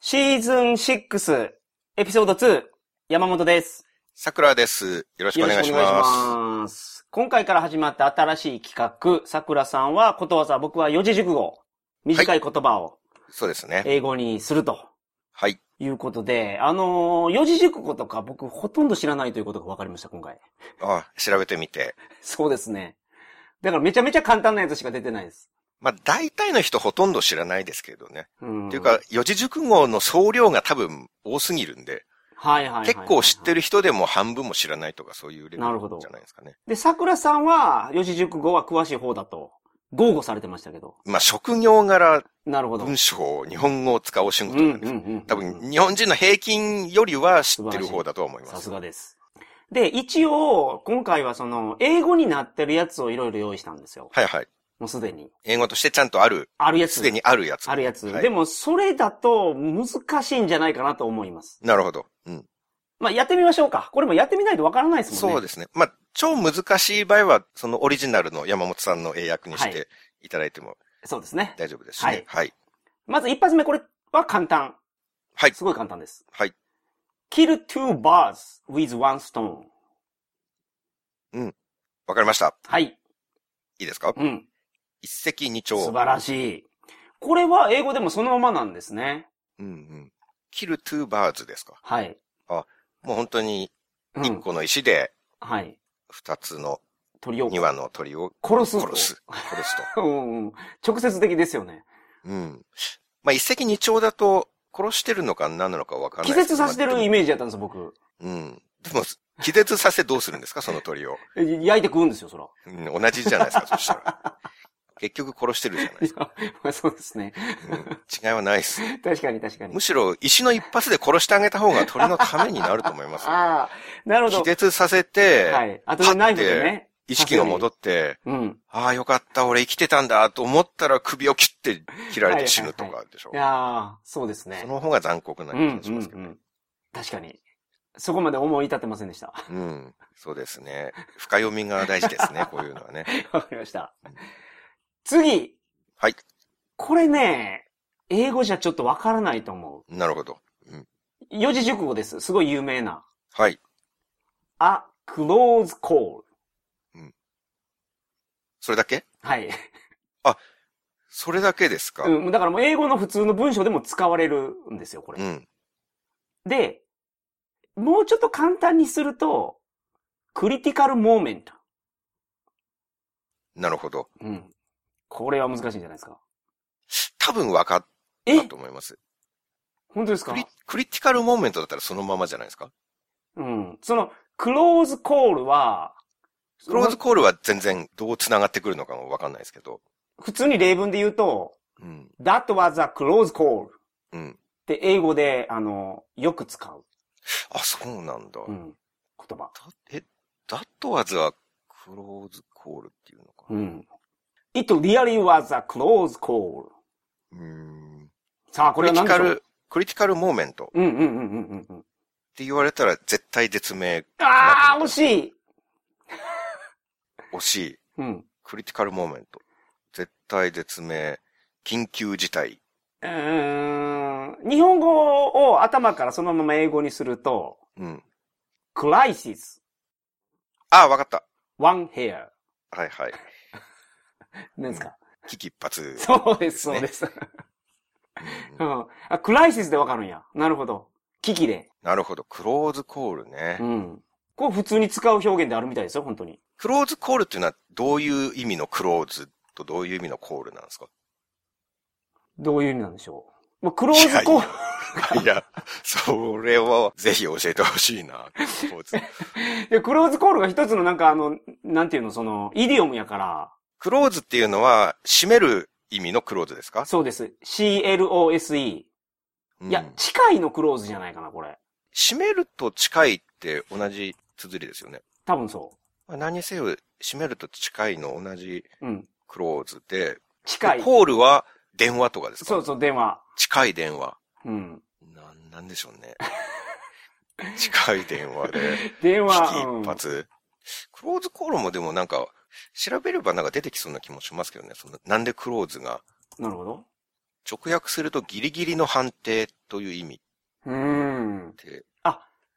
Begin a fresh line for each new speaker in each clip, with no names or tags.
シーズン6、エピソード2、山本です。
さくらです。よろしくお願いしま
い
す。
します。今回から始まった新しい企画、さくらさんはことわざ、僕は四字熟語、短い言葉を
そうですね。
英語にすると
はい。
いうことで、あのー四字熟語とか僕ほとんど知らないということが分かりました、今回。
あ調べてみて。
そうですね。だからめちゃめちゃ簡単なやつしか出てないです。
まあ、大体の人ほとんど知らないですけどね。
うん
っていうか、、四字熟語の総量が多分多すぎるんで、
はいはいはい、
結構知って
る。
る人でも半分も知らないとかそういうレベルじ
なるほど
ゃないですかね。
で、さくらさんは四字熟語は詳しい方だと、豪語されてましたけど。
まあ、職業柄、
なるほど。
文章、日本語を使う仕事なんです。
ん
多分、日本人の平均よりは知ってる方だとは思いま
さ
す
す。がです。で、一応、今回はその、英語になってるやつをいろいろ用意したんですよ。
はいはい。
もうすでに。
英語としてちゃんとある、
あるやつ。
すでにあるやつ。
あるやつ。
はい
でも、それだと難しいんじゃないかなと思います。
なるほど。うん。
まあ、やってみましょうか。これもやってみないとわからないですもんね。。
そうですすね。まあ、超難しい場合は、そのオリジナルの山本さんの英訳にし
は
ていただいても
そうですね。
大丈夫ですし
はい
ね。はい。
まず一発目、これは簡単。
はい
すごい簡単です。
はい。
kill two birds with one stone.
わかりました。
はい。
いいですか
うん。
一石二鳥。
素晴らしい。これは英語でもそのままなんですね。
うんうん。キルトゥーバーズですか
はい。
もう本当に
う
一
ん。
個の石で
はい。
二つの
鳥を
二羽の鳥を
殺す。
殺す。殺すと。
うんうん直接的ですよね。
うん。まあ、一石二鳥だと殺してるのか何なのかわからない
気
です。
絶させてるイ
味。
メージやったんですよ、僕。
うん。でも、気絶させてどうするんですかその鳥を。
え焼いて食うんですよ、そら。
うん、同じじゃないですか、そしたら。結局殺してるじゃないですか。
まあそうですね。
うん違いはないです。
確かに確かに
む。しろ石の一発で殺してあげた方が鳥のためになると思います。
ああ、なる
気
ほど。
絶させて、
はい。あとでナイフで
パ
ね。
意識が戻って、
うん。
ああ、よかった、俺生きてたんだ、と思ったら首を切って切ら
はいはい
れ
はい
て死ぬとかでしょ
い。やーそうですね
そ。の方が残酷な
うん、
気
うん
がしますけ
う
ど。
ん。確かに。そこまで思い至ってませんでした。
うん。そうですね。深読みが大事です ね、こういうのはね。
わかりました。次。
はい。
これね、英語じゃちょっとわからないと思う。
なるほど。
四字熟語です。すごい有名な。
はい。
あ、close call。
それだけ
はい。
それだけですか
うん、だからもう英語の普通の文章でも使われるんですよ、これ。
うん。
で、もうちょっと簡単にすると、クリティカルモーメント。
なるほど。
うん。これは難しいんじゃないですか。
多分分かっ
え
たと思います。
本当ですか
クリクリティカルモーメントだったらそのままじゃないですか
うん。その、クローズコールは、
クローズコールは全然どう繋がってくるのかもわかんないですけど。
普通に例文で言うと、
うん。
that was a close call っ
うん。
て英語で、あの、よく使う。
あ、そうなんだ。
うん。言葉。
だえ、だとわずはクローズコールっていうのか。
うん。it really was a close call.
うーん。
さあ、こ
ク
れ
リ
は
テ
何
ィ
でしょう
カル、クリティカルモーメントっ
うんうんうんうんうんうん。
て言われたら絶対絶命
ああ、惜しい。
惜しい。
うん。
クリティカルモーメント。絶対絶命。緊急事態。
うーん日本語を頭からそのまま英語にすると、
うん。
crisis,
あ、わかった。
one hair.
はいはい。
なんですか、
危機一 髪。
そうです、そうです。
うん
う
うん
ん。あ、クライシスでわかるんや。なるほど。危機で。
なるほど。クローズコールね。
うん。こう普通に使う表現であるみたいですよ、本当に。
クローズコールっていうのはどういう意味のクローズとどういう意味のコールなんですか
どういう意味なんでしょう。もうクローズコール。
いや、それはぜひ教えてほしいな。クローズ
いや、クローズコールが一つのなんかあの、なんていうの、その、イディオムやから。
クローズっていうのは閉める意味のクローズですか、
そうです。CLOSE。
うん
いや、近いのクローズじゃないかな、これ。
閉めると近いって同じ綴りですよね。
多分そ
まあ、何せよ閉めると近いの同じ
う。うん。
クローズで、
近い。
コールは電話とかですか
そうそう、電話。
近い電話。
うん。
なん、なんでしょうね。近い電話で。
電
危
話。
機一発。クローズコールもでもなんか、調べればなんか出てきそうな気もしますけどね。そのなんでクローズが
うんなるほど。
直訳するとギリギリの判定という意味っ
うーん。
て、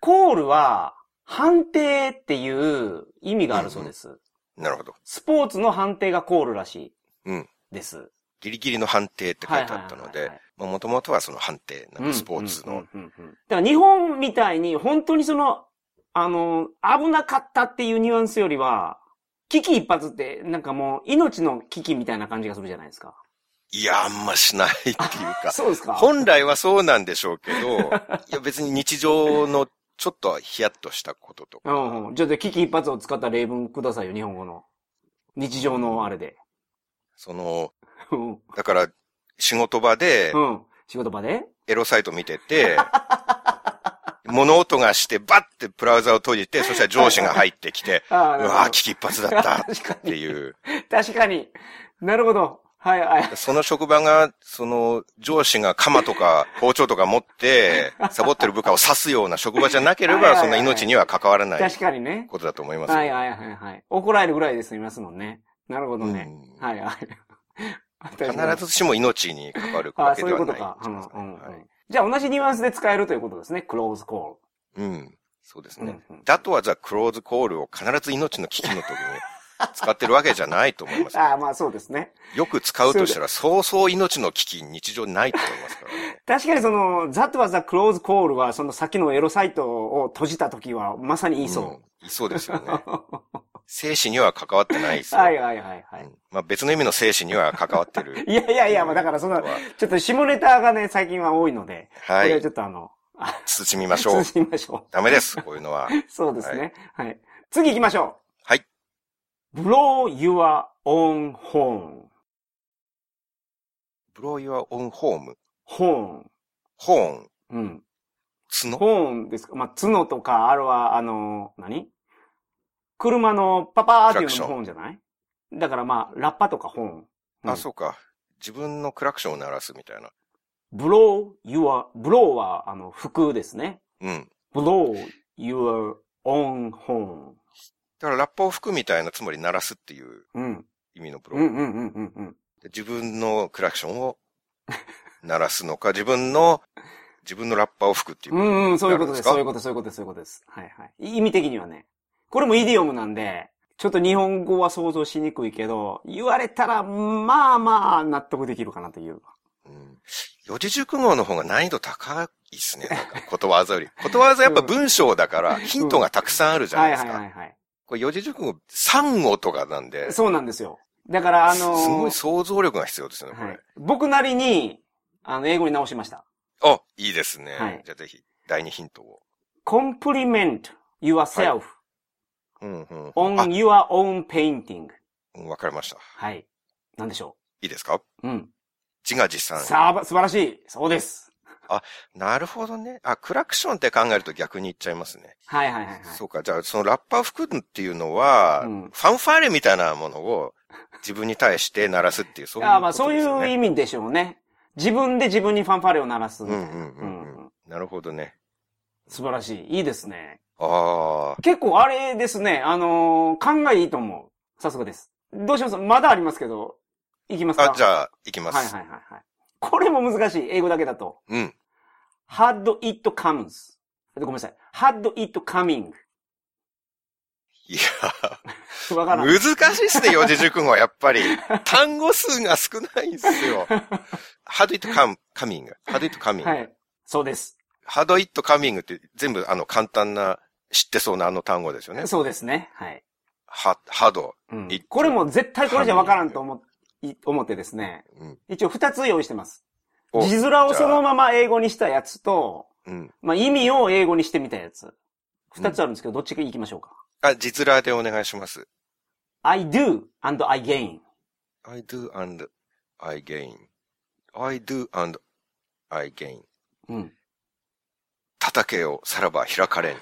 コールは、判定っていう意味があるそうです。
なるほど。
スポーツの判定がコールらしい。
うん
です。っ
ギリギリの判定って書いてあったので、もともとはその判定、なんかスポーツの。
うんうんうんうんだから日本みたいに、本当にその、あの、危なかったっていうニュアンスよりは、危機一髪って、なんかもう、命の危機みたいな感じがするじゃないですか。
いや、あんましないっていうか、
そうですか。
本来はそうなんでしょうけど、いや別に日常のちょっとヒヤッとしたことと
う
か、
んうん。ちょっと危機一髪を使った例文くださいよ、日本語の。日常のあれで。
その、
うん。う
だから仕事場で
ん。仕事場で
エロサイト見てて、物音がしてバッてブラウザを閉じて、そしたら上司が入ってきて、
あな
う
るほど
わぁ、危機一髪だったっ
確か
て
に。
いう。
確かに。なるほど。はい、はい。
その職場が、その上司が鎌とか包丁とか持って、サボってる部下を刺すような職場じゃなけれ
はいはい
ば、
はい
そんな命には関わらない
確かにね。
ことだと思いますよ。
はい、はい、はい、はい。怒られるぐらいで済みますもんね。なるほど
う
ね。
ん
はい、はい。
必
確かに
ずしも命に関わる
あ
わ
あ、
け
そう
で
いう
は
こと
ない
か。うん、うん、う
は
ん。じゃあ同じニュアンスで使えるということですね。クローズコ
い。うん。そうです
ール。
ね。だとはじゃあクローズコールを必ず命の危機の時に使ってるわけじゃないと思います
あ。あ、まあそうですね。
よく使うとしたら、そうそう命の危機日常にないと思いますからね。
確かにその、that was a close call は、その先のエロサイトを閉じた時は、まさに言い そう。
うん。いそうです よね。生死には関わってないですよ。
はいはいはいは
うんまあ別の意味の生死には関わってる。
い。いやいやいや、まあだからその、ちょっと下ネタがね、最近は多いので、
は
これ
い
は。ちょっとあの、
慎みましょう
通。じましょ
ダメです、こういうのは。
う。 そうですね。はい。次行きましょ。
はいう
blow your own horn.
ブローイはオンホーム。
horn.
ホーン。
うん。
角
ホーンですかまあ、角とか、あれは、あの、何車のパパーっていうのもホーンじゃないだからまあ、ラッパとかホーン。うん
あ、そうか。自分のクラクションを鳴らすみたいな。
ブロー、you r ブローは、あの、服ですね。
うん。
ブロー、your own home.
だからラッパを吹くみたいな、つまり鳴らすっていう
うん。
意味のブロ
う
ーイ。
んうんうんうんうん。
で自分のクラクションを鳴らすのか、自分の、自分のラッパを吹くっていう
う
こと。
んうん、そういうことです。そ
な
うい
る
うこと、そういうこと、そういうことです。はいはい。意味的にはね。これもイディオムなんで、ちょっと日本語は想像しにくいけど、言われたら、まあまあ、納得できるかなという。
うん四字熟語の方が難易度高いっすね。なんかことわざより。ことわざやっぱ文章だから、ヒントがたくさんあるじゃな
はいい
です
は
か
い。はいはい。
これ四字熟語、三語とかなんで、す
そうなんですよ。だから、あのー
すごい想像力が必要ですよね、こ
はい
れ。、
僕なりに、あの、英語に直しました。
あ、いいですね。
はい
じゃあぜひ、第二ヒントを。
compliment yourself
うんうん。
on your own painting.
あ、わかりました。
はい。なんでしょ
いいですか
う。うん。
自画自賛。
さあ、素晴らしい。そうです。
なるほどね。あ、クラクションって考えると逆に言っちゃいますね。
はいはいはい、はい。
そうか。じゃあ、そのラッパー吹くっていうのは、
うん
ファンファーレみたいなものを 自分に対して鳴らすっていう、そういう
ああ
こ
まあ
と
そう
ですよね。
いう意味でしょうね。自分で自分にファンファレを鳴らすみたいな。
うんうんうんうん
うん
なるほどね。
素晴らしい。いいですね。
ああ、
結構あれですね。あのー考えいいと思う。さすがです。どうしますまだありますけど。いきますか
あ、じゃあ、いきます。
はいはいはいはい。これも難しい。英語だけだと。
うん。
had it comes. ごめんなさい。had it coming.
いや
わからん。
難しいっすね、四字熟語は、やっぱり。単語数が少ないっすよ。had it come, coming, had it coming.
はい。そうです。
had it coming って全部あの簡単な、知ってそうなあの単語ですよね。
そうですね。はい。
は、had,
うん
い
これも絶対これじゃわからんと思い思ってですね。
うん。
一応二つ用意してます。
お
字面をそのまま英語にしたやつと、
うん。
まあ意味を英語にしてみたやつ。二つあるんですけど、どっちか行きましょうか。
あ、実らでお願いします。
I do and I gain.
I do and I gain.I do and I gain.
うん。
叩けよ、さらば開かれん。
い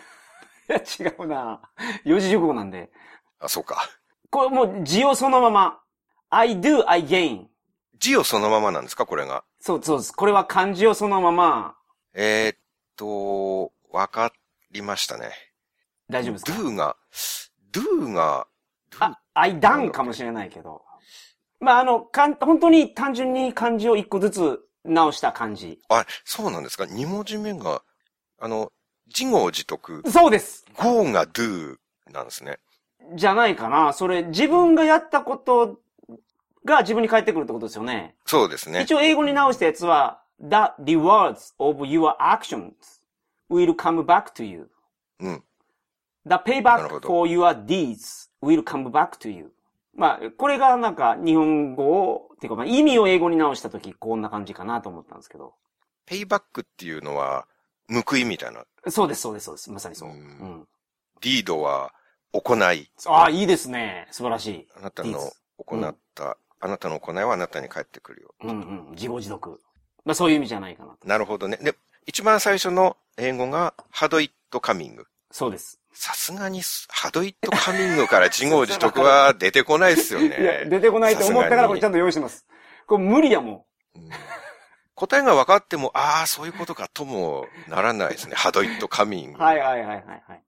や、違うな四字熟語なんで。
あ、そうか。
これもう字をそのまま。I do, I gain.
字をそのままなんですか、これが。
そうそうです。これは漢字をそのまま。
えー、っと、わかりましたね。
大丈夫ですか
do が、do が、do
あ、I done かもしれないけど。まあ、あの、かん、本当に単純に漢字を一個ずつ直した感じ。
あ、そうなんですか二文字目が、あの、自業自得、
そうです。
ゴーが do なんですね。
じゃないかな。それ、自分がやったことが自分に返ってくるってことですよね。
そうですね。
一応英語に直したやつは、The rewards of your actions will come back to you.
うん。
The
なるほ
payback
ど
for your deeds will come back to you. まあ、これがなんか日本語を、ていうかまあ意味を英語に直したときこんな感じかなと思ったんですけど。
ペイバックっていうのは、報いみたいな。
そうです、そうです、そうです。まさにそう。う
うん
ん。
リードは、行い。
ああ、いいですね。素晴らしい。
あなたの
Deeds
行った、あなたの行いはあなたに返ってくるよ。
うんうん。自業自得。まあそういう意味じゃないかなと。
なるほどね。で、一番最初の英語が、ハドイットカミング。
そうです。
さすがに、ハドイットカミングから自業自得は出てこないです よ
いや、
ね。
出てこないと思ったから
さすがに
これちゃんと用意してます。これ無理やもん。
うん答えが分かっても、ああ、そういうことかともならないですね。ハドイットカミング。
はいはいはいはいはい。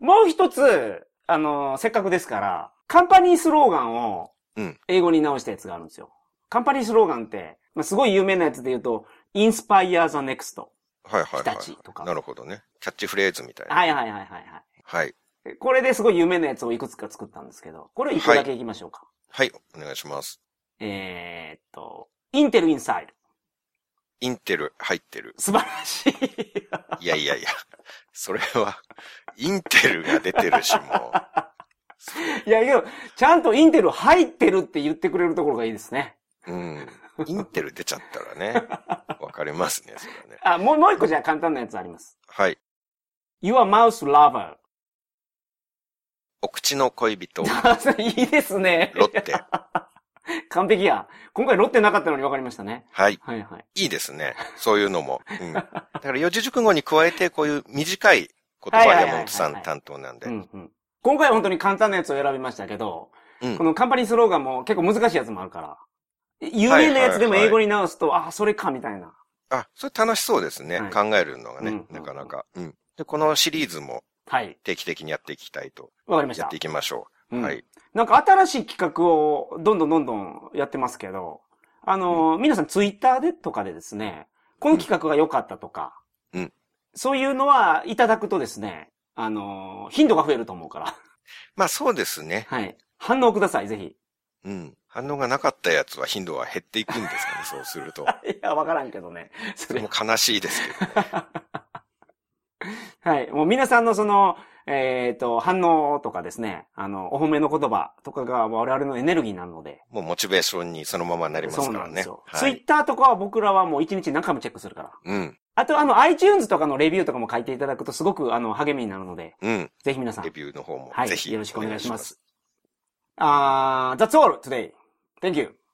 もう一つ、あのーせっかくですから、カンパニースローガンを
うん
英語に直したやつがあるんですよ。カンパニースローガンって、まあ、すごい有名なやつで言うと、inspire the next。
はいはい
日立と
は
か
い。なるほどね。キャッチフレーズみたいな。
はいはいはいはいは
はい。
い。これですごい有名なやつをいくつか作ったんですけど、これを一個だけいきましょうか。
はい、お願いします。
えーっと、インテルインサイル。
インテル入ってる。
素晴らしい。
いやいやいや。それは、インテルが出てるし、も
い
う。
や、けど、ちゃんとインテル入ってるって言ってくれるところがいいですね。
うん。インテル出ちゃったらね、 わかりますね、それはね。
あ、もう、もう一個じゃあ簡単なやつあります。
はい。
your mouse lover.
お口の恋人、
いいですね。
ロッテ。
完璧や。今回ロッテなかったのに分かりましたね。
はい。
はいはい。
いいですね。そういうのも。うん。だから四字熟語に加えて、こういう短い言
は
葉
いはいはい
山本さん担当なん
う
で。
んうん。今回は本当に簡単なやつを選びましたけど、
うん
このカンパニースローガンも結構難しいやつもあるから、有名なやつでも英語に直すと、あ、それかみたいな。
あ、それ楽しそうですね。
はい
考えるのが
う
ね
ん、
なかなか。うん。で、このシリーズも
はい。
定期的にやっていきたいと。
わかりまし
やったてい。きましょう。
うん
はい。
なんか新しい企画をどんどんどんどんやってますけど、あのー、皆さんツイッターでとかでですね、この企画が良かったとか、
うん
そういうのはいただくとですね、あのー、頻度が増えると思うから。
まあそうですね。
はい。反応ください、ぜひ。
うん。反応がなかったやつは頻度は減っていくんですかね、そうす ると。
いや、わからんけどね。そ
それ
れ
も悲しいですけど。
はい。もう皆さんのその、えっ、と、反応とかですね、あの、お褒めの言葉とかが我々のエネルギーなので。
もうモチベーションにそのままになりま
そ
す
う
か
な
ら
んで
ね
すよ。。ツ
は
イ
い。
ッターとかは僕らはもう一日何回もチェックするから。
うん。
あと、あの、iTunes とかのレビューとかも書いていただくとすごく、あの、励みになるので、
うん。
ぜひ皆さん
レ、ビューの方も
はい
ぜひ。
よろしくお願いします。あー、that's all today. Thank you.